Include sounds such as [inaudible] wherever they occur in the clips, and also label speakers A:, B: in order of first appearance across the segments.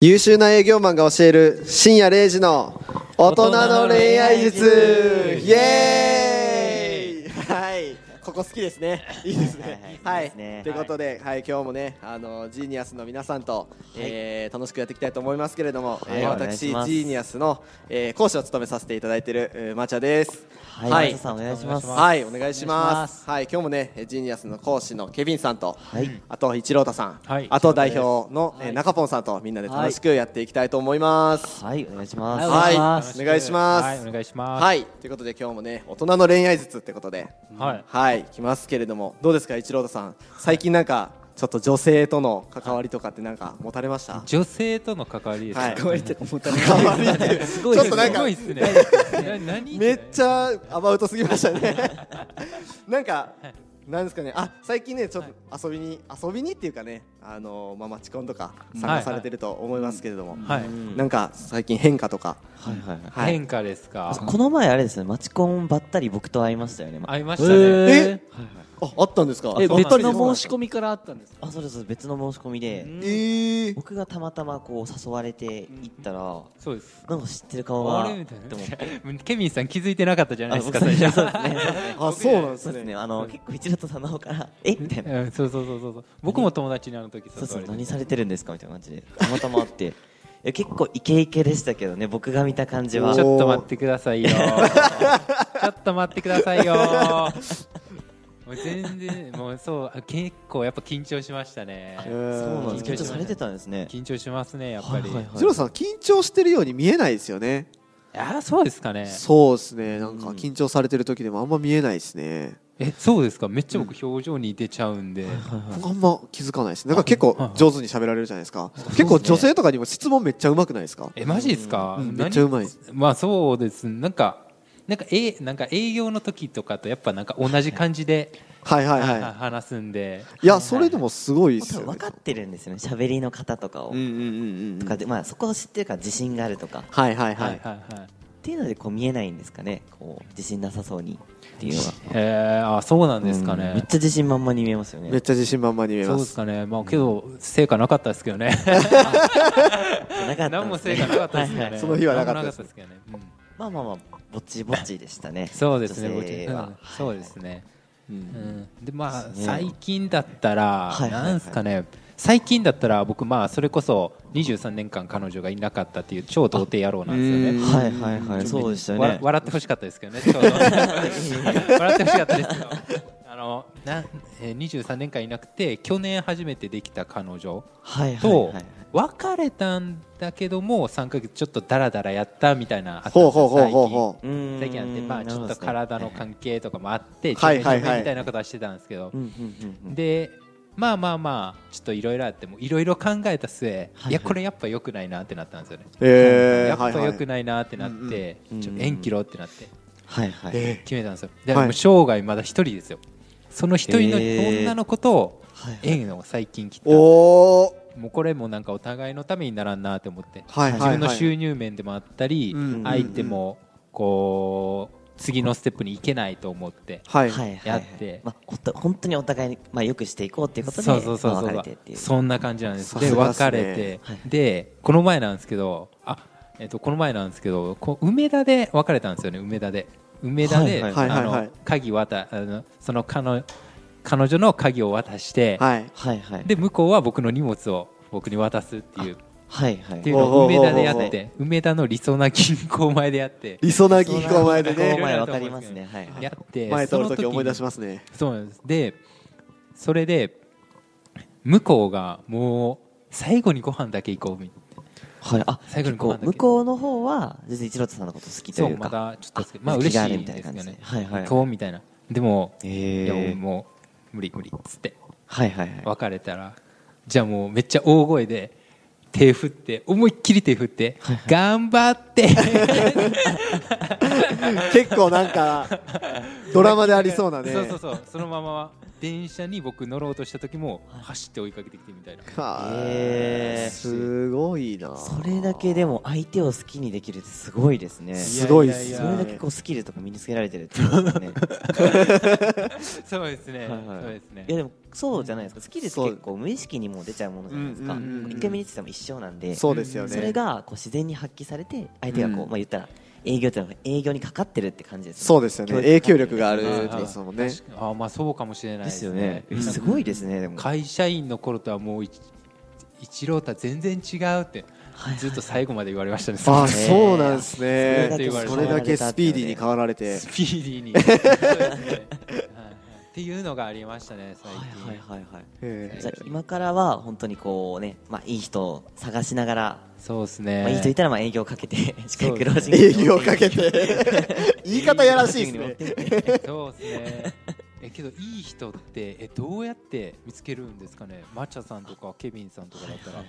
A: 優秀な営業マンが教える深夜0時の大人の恋愛術イエーイはいここ好きですね [laughs] いいですね
B: は
A: はいい
B: はいいいですね
A: ということで、はい、今日もねあのジーニアスの皆さんと、えー楽しくやっていきたいと思いますけれども、
B: はい
A: えー
B: お願い
A: 私ジ
B: します
A: ーニアスの、えー講師を務めさせていただいているえーマチャです
B: はい、
A: はい
B: 松田さんお願いします。
A: はいお願いしま
B: お願いします
A: はい今日もねえージーニアスの講師のケビンさんと、
B: はい
A: あと一郎太さん、
C: はい
A: あと代表の、えー中ポンさんとみんなで楽しくやっていきたいと思います
B: はい、お願いします。
C: は
A: はい、お
C: いお
A: 願いします。
C: はいお願いします
A: はい、ということで今日もね、大人の恋愛術ってことで、
C: はい
A: はい、来ますけれども、どうですか、一郎太さん。最近なんか、ちょっと女性との関わりとかってなんか持たれました。
C: 女性との関わりですか、
A: はい
D: わりって思ったね
A: 関わりって、ちょ
C: すごい
A: っとなん
C: す
A: か
C: ごいっ、すね。な何
A: めっちゃアバウトすぎました
C: [laughs]
A: ね。なんか。なんですかねあ最近ねちょっと遊びに、遊びにっていうかねあのまあマチコンとか参加されてると思いますけれども、
C: はい、
A: なんか最近変化とか、
B: はいはいはい
A: はい、
C: 変化ですか。
B: この前あれですね、マチコンばったり僕と会いましたよね。ま
C: 会いま
D: え
C: したね。
A: えああったんですか
D: え
C: そうなんです
D: 別の申し込みからあったんですか
B: あ、そうです、別の申し込みで、
A: えー、
B: 僕がたまたまこう誘われて行ったら、
C: そうです。
B: なんか知ってる顔が
C: あれみたいな。ケビンさん気づいてなかったじゃないですか。
B: あ僕
C: 最初
B: そうですね。
A: あ、そうなんで
B: そ
A: す
B: うですね、
A: ね。
B: あの、結構一郎とさんの方から、えみたいな。
C: うんそうそうそうそうそう。僕も友達にあの時
B: そうそ
C: 誘わ
B: う、
C: れ
B: 何
C: て。
B: されてるんですかみたいな感じで、たまたま会って。え結構イケイケでしたけどね、僕が見た感じ
C: ち
B: は。
A: おー
C: ょっと待ってくださいよ。ちょっと待ってくださいよ。もう全然もうそうあ結構やっぱ緊張しましたね。
A: そう
B: そうなん
A: な
B: で
A: ん
B: す。
C: 緊
B: 緊
C: 張
B: 張
C: しました
B: されてたんですね。
C: 緊張しますねやっぱり。
B: はいはい
A: ジローさん緊張してるように見えないですよね。
C: あそうですかね。
A: そうですね。なんか緊張されてる時でもあんま見えないですね。
C: えそうですか。めっちゃ僕表情に出ちゃうんで。
A: あんま気づかないですね。なんか結構上手に喋られるじゃないですか。
B: い
A: 結構女性とかにも質問めっちゃ上手くないですか。
C: えマジですか、
A: うん
C: 何
A: めっちゃうまい
C: まあそうですなんかなんかえなんか営業の時とかとやっぱなんか同じ感じで
A: はいはい
C: は
A: は
C: 話すんで
A: い。いやそれでもすごいです
B: 多
A: よ
B: 分
A: ね
B: 分。かってるんですよね、喋りの方とかを。
A: うんうんうんう
B: と
A: ん。
B: かで、まあ、そこを知ってるから自信があるとか。っ
A: はいはい
C: は
A: はいい。
C: はいはい
B: ていうので、こう見えないんですかね。こう、自信なさそうに。っていうのは。
C: えー、あそうなんですか
B: うんめっ
C: ね、
B: ちゃ自信満々に見えますよね。
A: めっちゃ自信満々に見え
C: そう
A: ま
C: です
A: す。
C: かねまあけど成果なかったですけどね
B: なかったんですね
C: 何も成果なかったですけど
B: はい
C: ね
B: はい
A: その日はなかった
C: 何
A: で
C: もな
A: す
C: かったですけどね、うん
B: まあまあまあ、ぼちぼちでしたね。
C: そうですね
B: 女
C: 僕
B: 性
C: う
B: は
C: ん。そうですね、うん、でまあ
B: ですね
C: 最近だった
B: は
C: ら、
B: いはいはい
C: なんですかね最近だったら僕まあそれこそ23年間彼女がいなかったっていう超童貞野郎なんですよね
B: はいはいはい、そうでしたよ
C: わ
B: ね。
C: 笑ってほしかったですけどね、
B: [laughs]
C: ちょうど笑ってほしかったですけど、あのなえー23年間いなくて、去年初めてできた彼女
B: はいはい
C: と
B: はい。
C: 別れたんだけども、3ヶ月ちょっとダラダラやったみたいな、あったん
A: ほう
C: です
A: ほうほ
C: よ
A: うほうほう。
B: うーん
C: 最近最近あって、まあ、ちょっと体の関係とかもあって、
A: はい
C: ちょっと
A: はいはい
C: ちょっとみたいなことはしてたんですけど
B: う、んうんうんうん。
C: でまあまあまあ、ちょっといろいろあって、もいろいろ考えた末、
B: はい
C: いや、これやっぱ良くないなってなったんですよね。
A: ええ
C: やっ
A: は
C: ぱ
A: いは
C: 良く
A: い。
C: ないなってなって、
B: うんうん
C: ちょっと縁切ろうってなって。
B: はいはい。
A: え
C: 決めたんですよで、
A: はい
C: もう生涯まだ一人ですよその一人の
B: へー
C: 女の子と
B: はいはい
C: 縁を最近切った、
A: おお。
C: もうこれもなんかお互いのためにならんなって思って、
A: はいはい
C: 自
A: はい。
C: 分の収入面でもあったり、
A: うん
C: 相手もこう次のステップに行けないと思って、
A: はい
B: はいはい
C: やって
B: まあ、ほんと本当にお互いに、まあ、よくしていこうっていうことで、
C: そうそうそう
B: まあ
C: そう、
B: 別れてっていう。
C: そんな感じなんです
A: さ
C: です
A: がっすね
C: 別れて、
B: はい
C: でこの前なんですけどあえっとこの前なんですけどこう梅田で別れたんですよね梅田で梅田で
B: はい
A: はい
C: あ
A: はいはいはい
C: の鍵渡あのその彼女彼女の鍵を渡して、
A: はい。
B: はいはい。
C: で向こうは僕の荷物を僕に渡すっていう
B: はいはい。
C: っていうの
A: おうおうおうお
C: を
A: う
C: 梅田でやって梅田の理想な銀行前でやって
A: 理想な銀行前で
B: こ
C: い
B: う
C: ろい
A: ね。
C: ろ
B: 前
C: やる
B: わ
C: と
B: か
C: 思
B: り
C: い
B: ま
C: ます
B: す
C: けど
B: ね。はい。
C: やって
A: 前通る時
C: に
A: 思い出しますね。
C: そうなんですでそれで向こうがもう最後にご飯だけ行こうみたいな
B: はい。あ、
C: 最後に
B: 結
C: ご飯だ
B: 構
C: け
B: 向こうの方は、全然一郎太さんのこと好きと
C: そ
B: いうう
C: ま
B: か。
C: だちょっとですけど
B: あ
C: まあ
B: 気
C: 嬉し
B: があ
C: い
B: る
C: ん
B: みたい
C: で
B: な感
C: すけど
B: じで
C: ね
B: はいはいはい
C: 行こうみたいなでもいや
B: ええ。
C: もう無理無理っつって
B: はいはいはい。
C: 別れたらじゃあもうめっちゃ大声で手振って思いっきり手振って頑張って
A: 結構なんかドラマでありそうなね。
C: そうそうそうそのまま電車に僕乗ろうとした時も走って追いかけてきてみ
B: [laughs]
C: たいな
A: はい
B: へー
A: すごいな。
B: それだけでも相手を好きにできるってすごいですね。
A: すごいっすね
C: いや
B: そ
C: いやい
B: れ
C: や
B: だけこうスキルとか身につけられてるってことですね。
C: そうですね
B: はいはい
C: そうですね
B: いやでもそうじゃないですか好きです
A: そう
B: 結構無意識にもう出ちゃうものじゃないですか
A: うんうんうんうん
B: 一回見に行ってても一生なんで
A: そうですよね
B: それがこう自然に発揮されて相手がこう、
A: うん
B: まあ言ったら営業っていうのは営業にかかってるって感じですね
A: そうですよね影響力がある
C: はい
A: っ
C: は
A: て
C: い
A: ことですもんね
C: 確かにあーまあそうかもしれな
B: で
C: いですす
B: よ
C: ね
B: ねえすごいですねでも
C: 会社員の頃とはもうい一郎太全然違うってずっと最後まで言われましたね
A: あー
B: ね
A: そうなんですね
C: それだけ言われた
A: それだけスピーディーに変わられて
C: スピー
A: [laughs]
C: ディーにそうですねはいっていうのがありましたね最
B: はい
C: 近
B: はいはいはい
A: え
B: じゃあ
A: ー
B: 今からは本当にこうね、まあ、いい人を探しながら、
C: そうです
B: まあ、いい人い
C: ね
B: たらまあ営業をかけて
A: [laughs]
B: しっかり
C: そう
B: クロージング
A: 営業をかけて言い方やらしい
B: に持っ
A: で
B: ていって
C: そうですねえけどいい人ってえどうやって見つけるんですかねマチャさんとかケビンさんとかだったら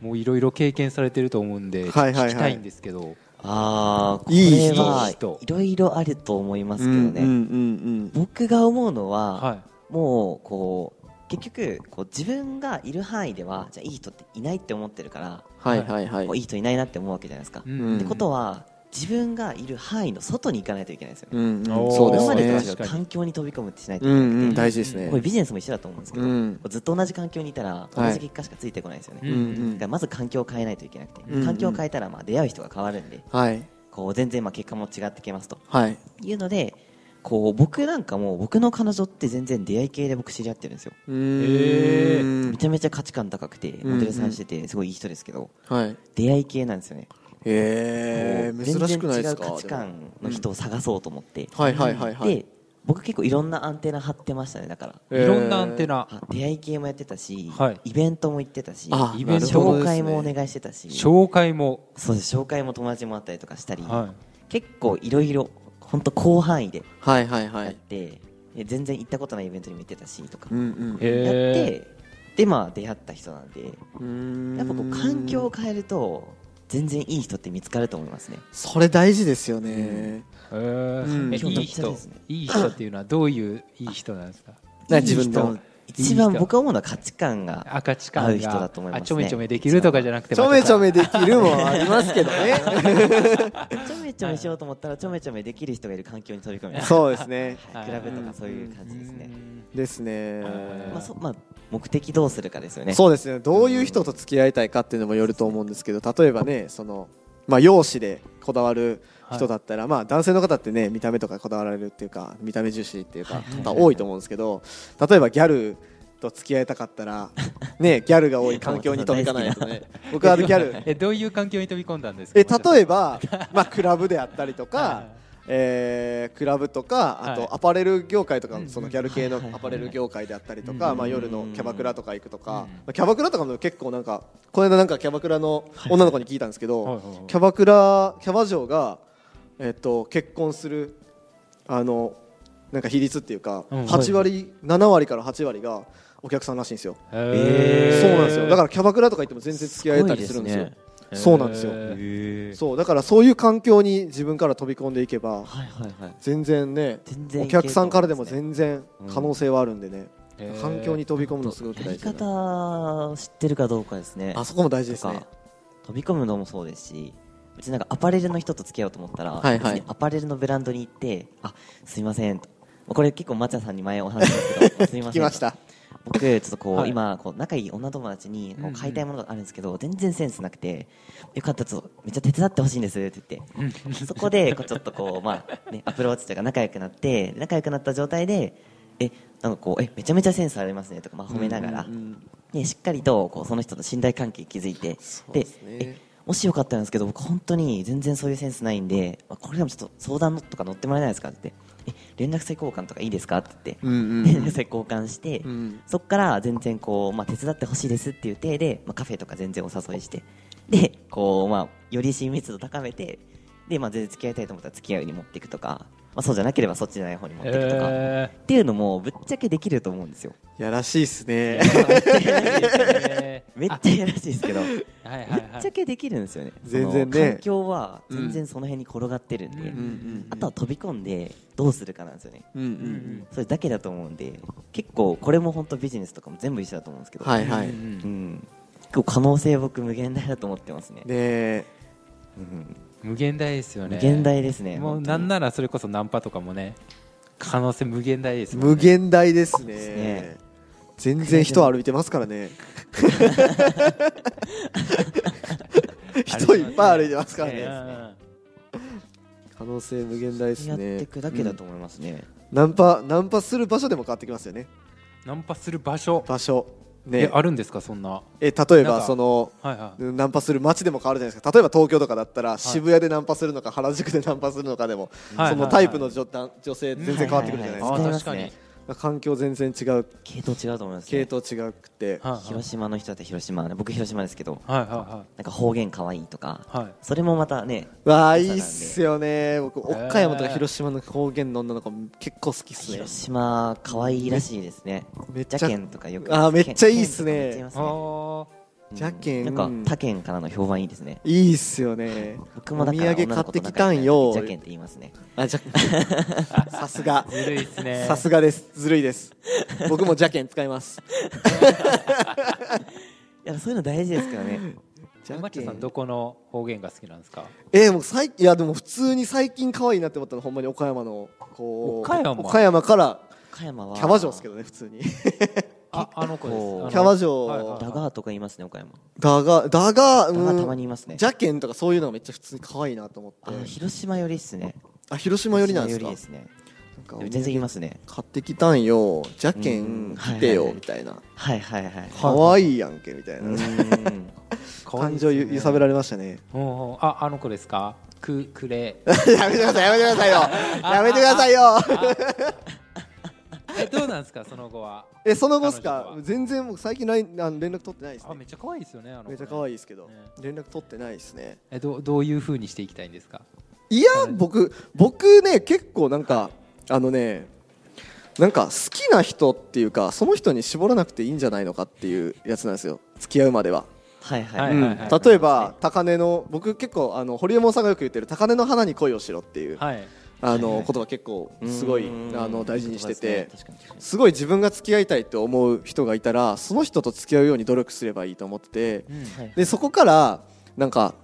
C: もういろいろ経験されてると思うん
A: は
C: で、
A: いはいはい
C: 聞きたいんですけど
B: [laughs] ああこ
A: いい
B: れ
A: 人
B: はい
C: い人
B: いろいろあると思いますす
A: ねう
B: け
A: んう
B: どね、
A: んうん
B: 僕が思うのは、
C: は
B: もうこう結局こう自分がいる範囲ではじゃあいい人っていないって思ってるから、
A: はいはいはい
B: もういい人いないなって思うわけじゃないですか、
C: い、
A: うん
B: ってことは自分がいる範囲の外に行かないといけないですよね、
A: うんうん
C: おー
A: そうで
B: 今ま
A: ね
B: すでとは違う
C: 確かに
B: 環境に飛び込むってしないと
A: う
B: いけなくて、
A: んうん大事ですね
B: これビジネスも一緒だと思うんですけど、
A: うん
B: ずっと同じ環境にいたら
A: はい
B: 同じ結果しかついてこないですよね、
C: う
A: うんうん
B: だからまず環境を変えないといけなくて、
A: うんうん
B: 環境を変えたらまあ出会う人が変わるんで
A: はい
B: こう全然まあ結果も違ってきますと
A: はい
B: いうのでこう僕なんかもう僕の彼女って全然出会い系で僕知り合ってるんですよ
A: うー
B: め
A: ん
B: ちゃめちゃ価値観高くて
A: うん
B: モデルさんしててすごいいい人ですけど
A: はい
B: 出会い系なんですよね
A: へ
B: こ
A: え
B: う全
A: 珍しくない
B: 然
A: です
B: 違う
A: か
B: 価値観の人を探そうと思って
A: はいはいはいはい
B: で僕結構いろんなアンテナ張ってましたねだから
A: えー
C: いろんなアンテナ
B: あ出会い系もやってたし
C: はい
B: イベントも行ってたし
A: あ
C: イベント
B: 紹介も
A: なるほどで
B: お
A: すね
B: 願いしてたし
C: 紹介も、
B: そうです紹介も友達もあったりとかしたり、
C: は
B: 結構いろいろ本当広範囲で
A: はいはいは
B: やっ
A: い
B: て、え全然行ったことないイベントにも行ってたしとか
A: う
B: やっ
A: んうん
C: い、
A: う
B: て、
C: へ
B: でまあ出会った人なんで
A: ーん
B: やっぱこう環境を変えると全然いい人って見つかると思いますね
A: それ大事ですよね
C: えー
A: うん
C: えいい
B: そう
C: 人
B: ですね
C: いい人っていうのはどういういい人なんですか
A: なんか自分
B: いい
A: の
B: 人一番僕は思うのは価値観が
C: 赤痴
B: 合
C: 漢
B: う人だ
C: が
B: と思いますね
C: あちょめちょめできるとかじゃなくて
A: ちょめちょ
C: め
A: めできるもありますけどね
B: ちょめちょめしようと思ったらちょめちょめできる人がいる環境に飛び込む
A: そうですね
B: はいクラブとかそういう感じですね、
A: ですね
B: まあそまあ、目的どうするかですよね
A: そうですねどういう人と付き合いたいかっていうのもよると思うんですけど例えばねそのまあ容姿でこだわる人だったら、まあ男性の方ってね見た目とかこだわられるっていうか見た目重視っていうか方多いと思うんですけど例えばギャルと付き合いたかったらねギャルが多い環境に飛びかないとね僕はギャル
C: [laughs] えどういう環境に飛び込んだんですか
A: え例え
C: ば [laughs]
A: ばまあクラブであったりとかえークラブとかあ
C: はい
A: とアパレル業界とか
C: うんうん
A: そのギャル系のアパレル業界であったりとか、
B: うん
A: まあ、夜のキャバクラとか行くとか、
C: うん
A: まあキャバクラとかも結構なんかこの間なんかキャバクラの女の子に聞いたんですけど、
C: はいはいはい
A: キャバクラキャバ嬢が、えっと結婚するあのなんか比率っていうか、
C: うん
A: 8割7割から8割がお客さんらしいんですよ、
B: へー
A: そうなんですよだかららキャバクラとか行っても全然付き合えたりするんですよ
B: ごい
A: そうなんですよそうだからそういう環境に自分から飛び込んでいけば
B: はいはいはい
A: 全然ね
B: 全然
A: お
B: いける
A: 客
B: と思うんですね
A: さんからでも全然可能性はあるんでね、環境に飛び込むのすごく
B: や
A: 大
B: り
A: 事だ
B: 方
A: な
B: を知ってるかどうかですね
A: あそこも大事
B: と
A: ですね
B: か飛び込むのもそうですし別になんかアパレルの人と付き合おうと思ったら、
A: はいはい
B: 別にアパレルのベランダに行ってあすいませんとこれ結構マチャさんに前お話ししたん
A: [laughs]
B: ですけどすいません
A: 聞きました
B: 僕ちょっとこう、
C: はい
B: 今こう仲いい女友達にこ
C: うんう
B: うん買いたいものがあるんですけど、全然センスなくてよかったらちょっとめっちゃ手伝ってほしいんですって言って、そこでこうちょっとこうまあねアプローチというか仲良くなって仲良くなった状態でえなんかこうえめちゃめちゃセンスありますねとかまあ褒めながら、
A: うん
B: ね、しっかりとこうその人と信頼関係築いて
A: そう
B: で
A: ですね
B: えもしよかったらなんですけど僕本当に全然そういうセンスないんで、まあこれでもちょっと相談とか乗ってもらえないですかって言ってえ連絡先交換とかいいですかって言って、
A: うんうん
B: 連絡先交換して、
A: うん
B: そこから全然こう、まあ、手伝ってほしいですっていう体で、まあ、カフェとか全然お誘いしてでこう、まあ、より親密度高めてで、まあ、全然付き合いたいと思ったら付き合うように持っていくとか、まあ、そうじゃなければそっちじゃない方に持っていくとか、
C: え
B: っていうのもぶっちゃけできると思うんですよ
A: [laughs] やらしいっすね
C: ー
B: めっちゃやらしいです
A: [laughs]
B: けど
C: [laughs] はいはい
B: ぶっ
C: は
B: ちゃ
C: い
B: けできるんですよね
A: 全然ね
B: その環境は全然その辺に転がってるんで、
C: うんうん
B: あとは飛び込んでどうするかなんですよね
A: [laughs] うんうんうん
B: それだけだと思うんで結構これも本当ビジネスとかも全部一緒だと思うんですけど、
A: はいはい、
C: う
A: ね
C: ん
B: うん、結構可能性僕無限大だと思ってますね、
A: え
B: うん、
C: 無限大ですよね
B: 無限大ですね
C: もう
B: 本当
C: な
B: に
C: んならそれこそナンパとかもね可能性無限大ですもんね
A: 無限大ですね
B: ですね
A: 全然人歩いてますから
B: [laughs]
A: ね人いっぱい歩いてますから
B: え
A: ね
B: え
A: 可能性無限大です
B: やって
A: ね
B: いくだけだと思いますね。
A: ナンパナンパする場所でも変わってきますよね
C: ナンパする場所、
A: 場所
C: え
A: ね
C: あるんですかそんなは
A: え例え
C: なん
A: ば
C: か
A: その
C: いはい
A: ナンパする街でも変わるじゃないですか例えば東京とかだったら渋谷でナンパするのか原宿でナンパするのかでも
C: はい
A: そのタイプの女男女性全然変わってくるじゃないです
C: あ
A: か
B: はいはいはい
C: ー確かに
A: 環境全然違う
B: 系統違うと思います、
A: 系
B: ね。
A: 統違くて
C: はいはい
B: 広島の人だって広島、僕広島ですけど、
C: はいは
B: なんか方言可愛いとか、
C: いはいはい
B: それもまたね、
A: わあい
B: 良さなん
A: いっ
B: で
A: すよね僕
C: ー
A: 岡山とか広島の方言の女の子結構好きっすね
B: 広島可愛いらしいですね。
A: めっちゃ
B: 邪剣とかよく。
A: あーめっちゃいいっすね
B: 剣とかめっちゃ言います
C: あー
B: うん
A: 邪剣
B: なんか他県からの評判いいですね。
A: いいっすよね
B: 僕もだから
A: お土産
B: 女
A: 買
B: の
A: っ
B: 子
A: てき
B: と仲
A: たん
B: 良
A: よ
B: くなると邪剣って言いますね。
A: あじゃ
C: [laughs]
A: さすが
C: ずるいですね
A: さすがですずるいです僕も邪剣使います
B: いやそういうの大事ですか
A: [laughs]
B: らね。
A: 邪
C: マッチョさんどこの方言が好きなんですか
A: えー、もう最いやでも普通に最近可愛いなって思ったのほんまに岡山のこう
C: 岡山
A: から
B: 岡山は
A: キャバ嬢ですけどね普通に [laughs]
C: ああの子です
B: こう
C: あの
A: キャバ嬢
C: はいはいはい
B: ダガーとか言いますね岡山。
A: だがだが
B: ダガーたまにいますね。
A: ジャケンとかそういうのがめっちゃ普通に可愛いなと思って
B: あー広島よりっすね。
A: あ広島寄りなんですか
B: 広島寄りですね。
A: なんか
B: でも全然いますね。
A: 買ってきたんよジャケ
B: うん
A: ン来て
B: はいは
A: よ
B: い
A: みたいな
B: はいはいはい。
A: 可愛いやんけみたいうな
B: ーん。
A: [laughs] 感情ゆ揺さぶられました
B: [laughs]
A: ね
C: うんうんああの子ですかく
A: [laughs]
C: くれ
A: やめてくださいやめてくださいよやめてくださいよ
B: [laughs]
C: えどうなんですかその後は
A: えその後っす
C: 彼
A: か
C: 女は
A: 全然僕最近ラインあの連絡取ってないです
C: あ
A: ね
C: めっちゃ可愛いですよねあの子ね
A: めっちゃ可愛いですけど
C: ね
A: 連絡取ってないですね
C: えどうどういう風にしていきたいんですか
A: いや僕僕ね結構なんかあのねなんか好きな人っていうかその人に絞らなくていいんじゃないのかっていうやつなんですよ付き合うまでは,、
B: はい
C: は
B: はいい。
C: は
A: う
C: い
A: ん、例えば高根の僕結構あの堀江門さんがよく言ってる高根の花に恋をしろっていう、
C: はい
A: あ
B: はいは
A: の
B: い
A: 言葉結構すごいあの大事にしてて
B: 確かに確かに
A: すごい自分が付き合いたいと思う人がいたらその人と付き合うように努力すればいいと思ってて
C: うん
B: はい
A: でそこからなんか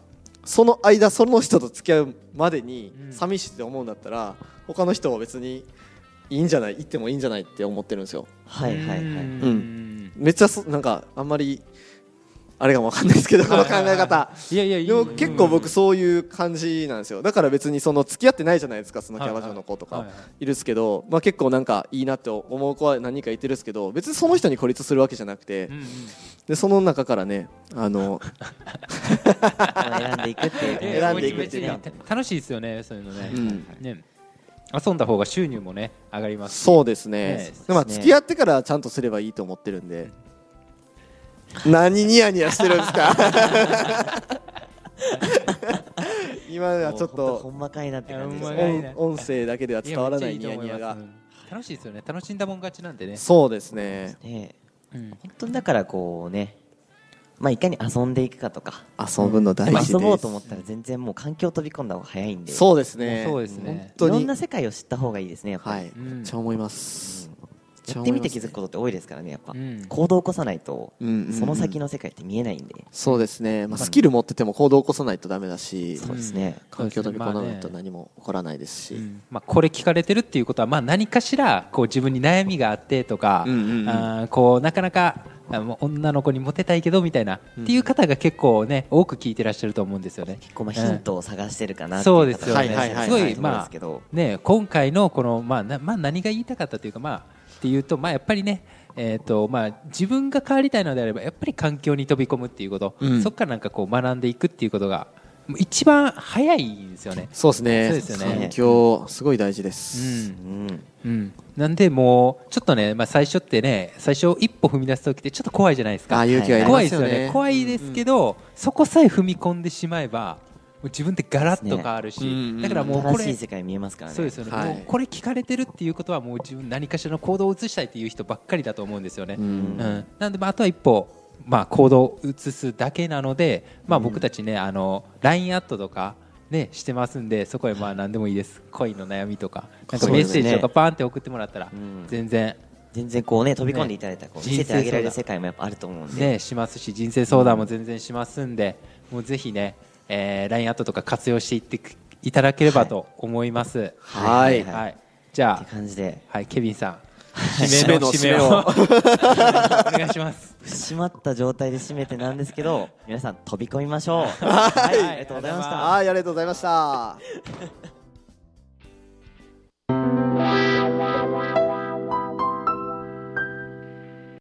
A: その間その人と付き合うまでに
C: うん
A: 寂しいって思うんだったら、他の人は別にいいんじゃない行ってもいいんじゃないって思ってるんですよ
B: はいはいはいはい。
A: うめっちゃそなんかあんまりあれかもわかんないですけどこの考え方
C: いやいやいい
A: でも結構僕そういう感じなんですよだから別にその付き合ってないじゃないですかそのキャバ嬢の子と
C: はい
A: か
C: はいはい
A: いるっすけど、まあ、結構なんかいいなって思う子は何人かいてるっすけど別にその人に孤立するわけじゃなくて
C: うんうん
A: でその中からねあの
B: 選んでいくっていう
A: [laughs]
B: ね。
A: 選んでいくっていう
B: ね
A: か
C: ね楽しいですよねそういうのね
A: う,、ん
C: ね遊んだ方が収入もね上がりますし
A: そうですね
C: ね
A: でまあ
B: そうですね
A: 付き合ってからちゃんとすればいいと思ってるんで何ニヤニヤしてるんですか [laughs] 今はちょっ
B: もうほん
A: と
B: ほんまかいなって感じです
C: ほんまかい
A: 音音声だけでは伝わらないニヤニヤが
C: やめっちゃいいと思いますうん楽しいですよね楽しんだもん勝ちなんでね
A: そうですね
B: ね
C: うん
B: 本当にだからこうね、まあいかに遊んでいくかとか、
A: 遊ぶの大事
B: まあ
A: です
B: 遊ぼうと思ったら全然もう環境飛び込んだ方が早いんで、
A: そうですね
C: そうですね
A: 本当
B: いろ
A: に
B: んな世界を知った方がいいですね、やっぱ
A: は
B: り。
A: い、
C: うん
A: めっちゃ思います、めち
B: や
A: ゃ
B: っ
A: 思
B: て
A: いますね
B: みて気づくことって多いですからね、やっぱ。
C: うん
B: 行動を起こさないと、
A: うんうんうん
B: その先の世界って見えないんで、
A: そうですね、まあ、スキル持ってても行動を起こさないとダメだし、
B: そうですね。
A: 環境飛び込まないと
C: そうですねまあね
A: 何も起こらないですし、
C: うんまあ、これ聞かれてるっていうことは、まあ、何かしらこう自分に悩みがあってとか、
A: うんうんうん
C: あーこうなかなかあもう女の子にモテたいけどみたいな、っていう方が結構ね多く聞いてらっしゃると思うんですよね。
B: 結構まあヒントを探してるかなってい
C: そう
B: う
C: ですよ
A: ね
B: 方がいらっしゃる
A: はいはいはい
B: と思うんですけど、
C: ね、今回のこの、まあなまあ、何が言いたかったというか、まあ、っていうと、まあ、やっぱりね、えーとまあ、自分が変わりたいのであればやっぱり環境に飛び込むっていうこと、
A: うん
C: そこからなんかこう学んでいくっていうことがもう一番早いんですよね。
A: そうですね
C: そうですよね
A: 環境すごい大事で
C: う
A: す、
C: ん
B: うん
C: うん、なんでもうちょっとね、まあ、最初ってね最初一歩踏み出す時ってちょっと怖いじゃないですか
A: ああ勇気がいり
C: 怖
A: ま
C: い
A: す
C: です
A: よ
C: よ
A: ね
C: ね怖いですけど、そこさえ踏み込んでしまえばもう自分ってガラッと変わるし、
A: そうですねうんうん
C: だからもうこ
B: 新し
C: れ
B: い世界見えますからね。
C: そうですよね、
A: はい
C: もうこれ聞かれてるっていうことはもう自分何かしらの行動を移したいっていう人ばっかりだと思うんですよね、
A: うん
C: うん、なんで、まあ、あとは一歩、まあ、行動を移すだけなので、まあ、僕たちね、あの LINE アットとか、ね、してますんでそこへまあ何でもいいです恋の悩みとかなんかメッセ
B: そう
C: ージと
B: です
C: か
B: ね
C: バーンって送ってもらったら
B: うん
C: 全然、
B: 全然こうね飛び込んでいただいたらこう
C: ね
B: 見せてあげられる
C: 人生
B: 世界もやっぱあると思うんで、
C: ね、しますし人生相談も全然しますんでもうぜひね、えー LINE アットとか活用していってくいただければと思います。
A: はい
B: はい
C: じゃ
B: っ
C: あ
B: て感じで
C: はい、ケビンさん、 [laughs] 締めの
A: 締
C: 締
A: め
C: め
A: を
C: をお願いします
B: 閉まった状態で締めてなんですけ [laughs] ど皆さん飛び込みましょうはいありがとうございました
A: はいありがとうございました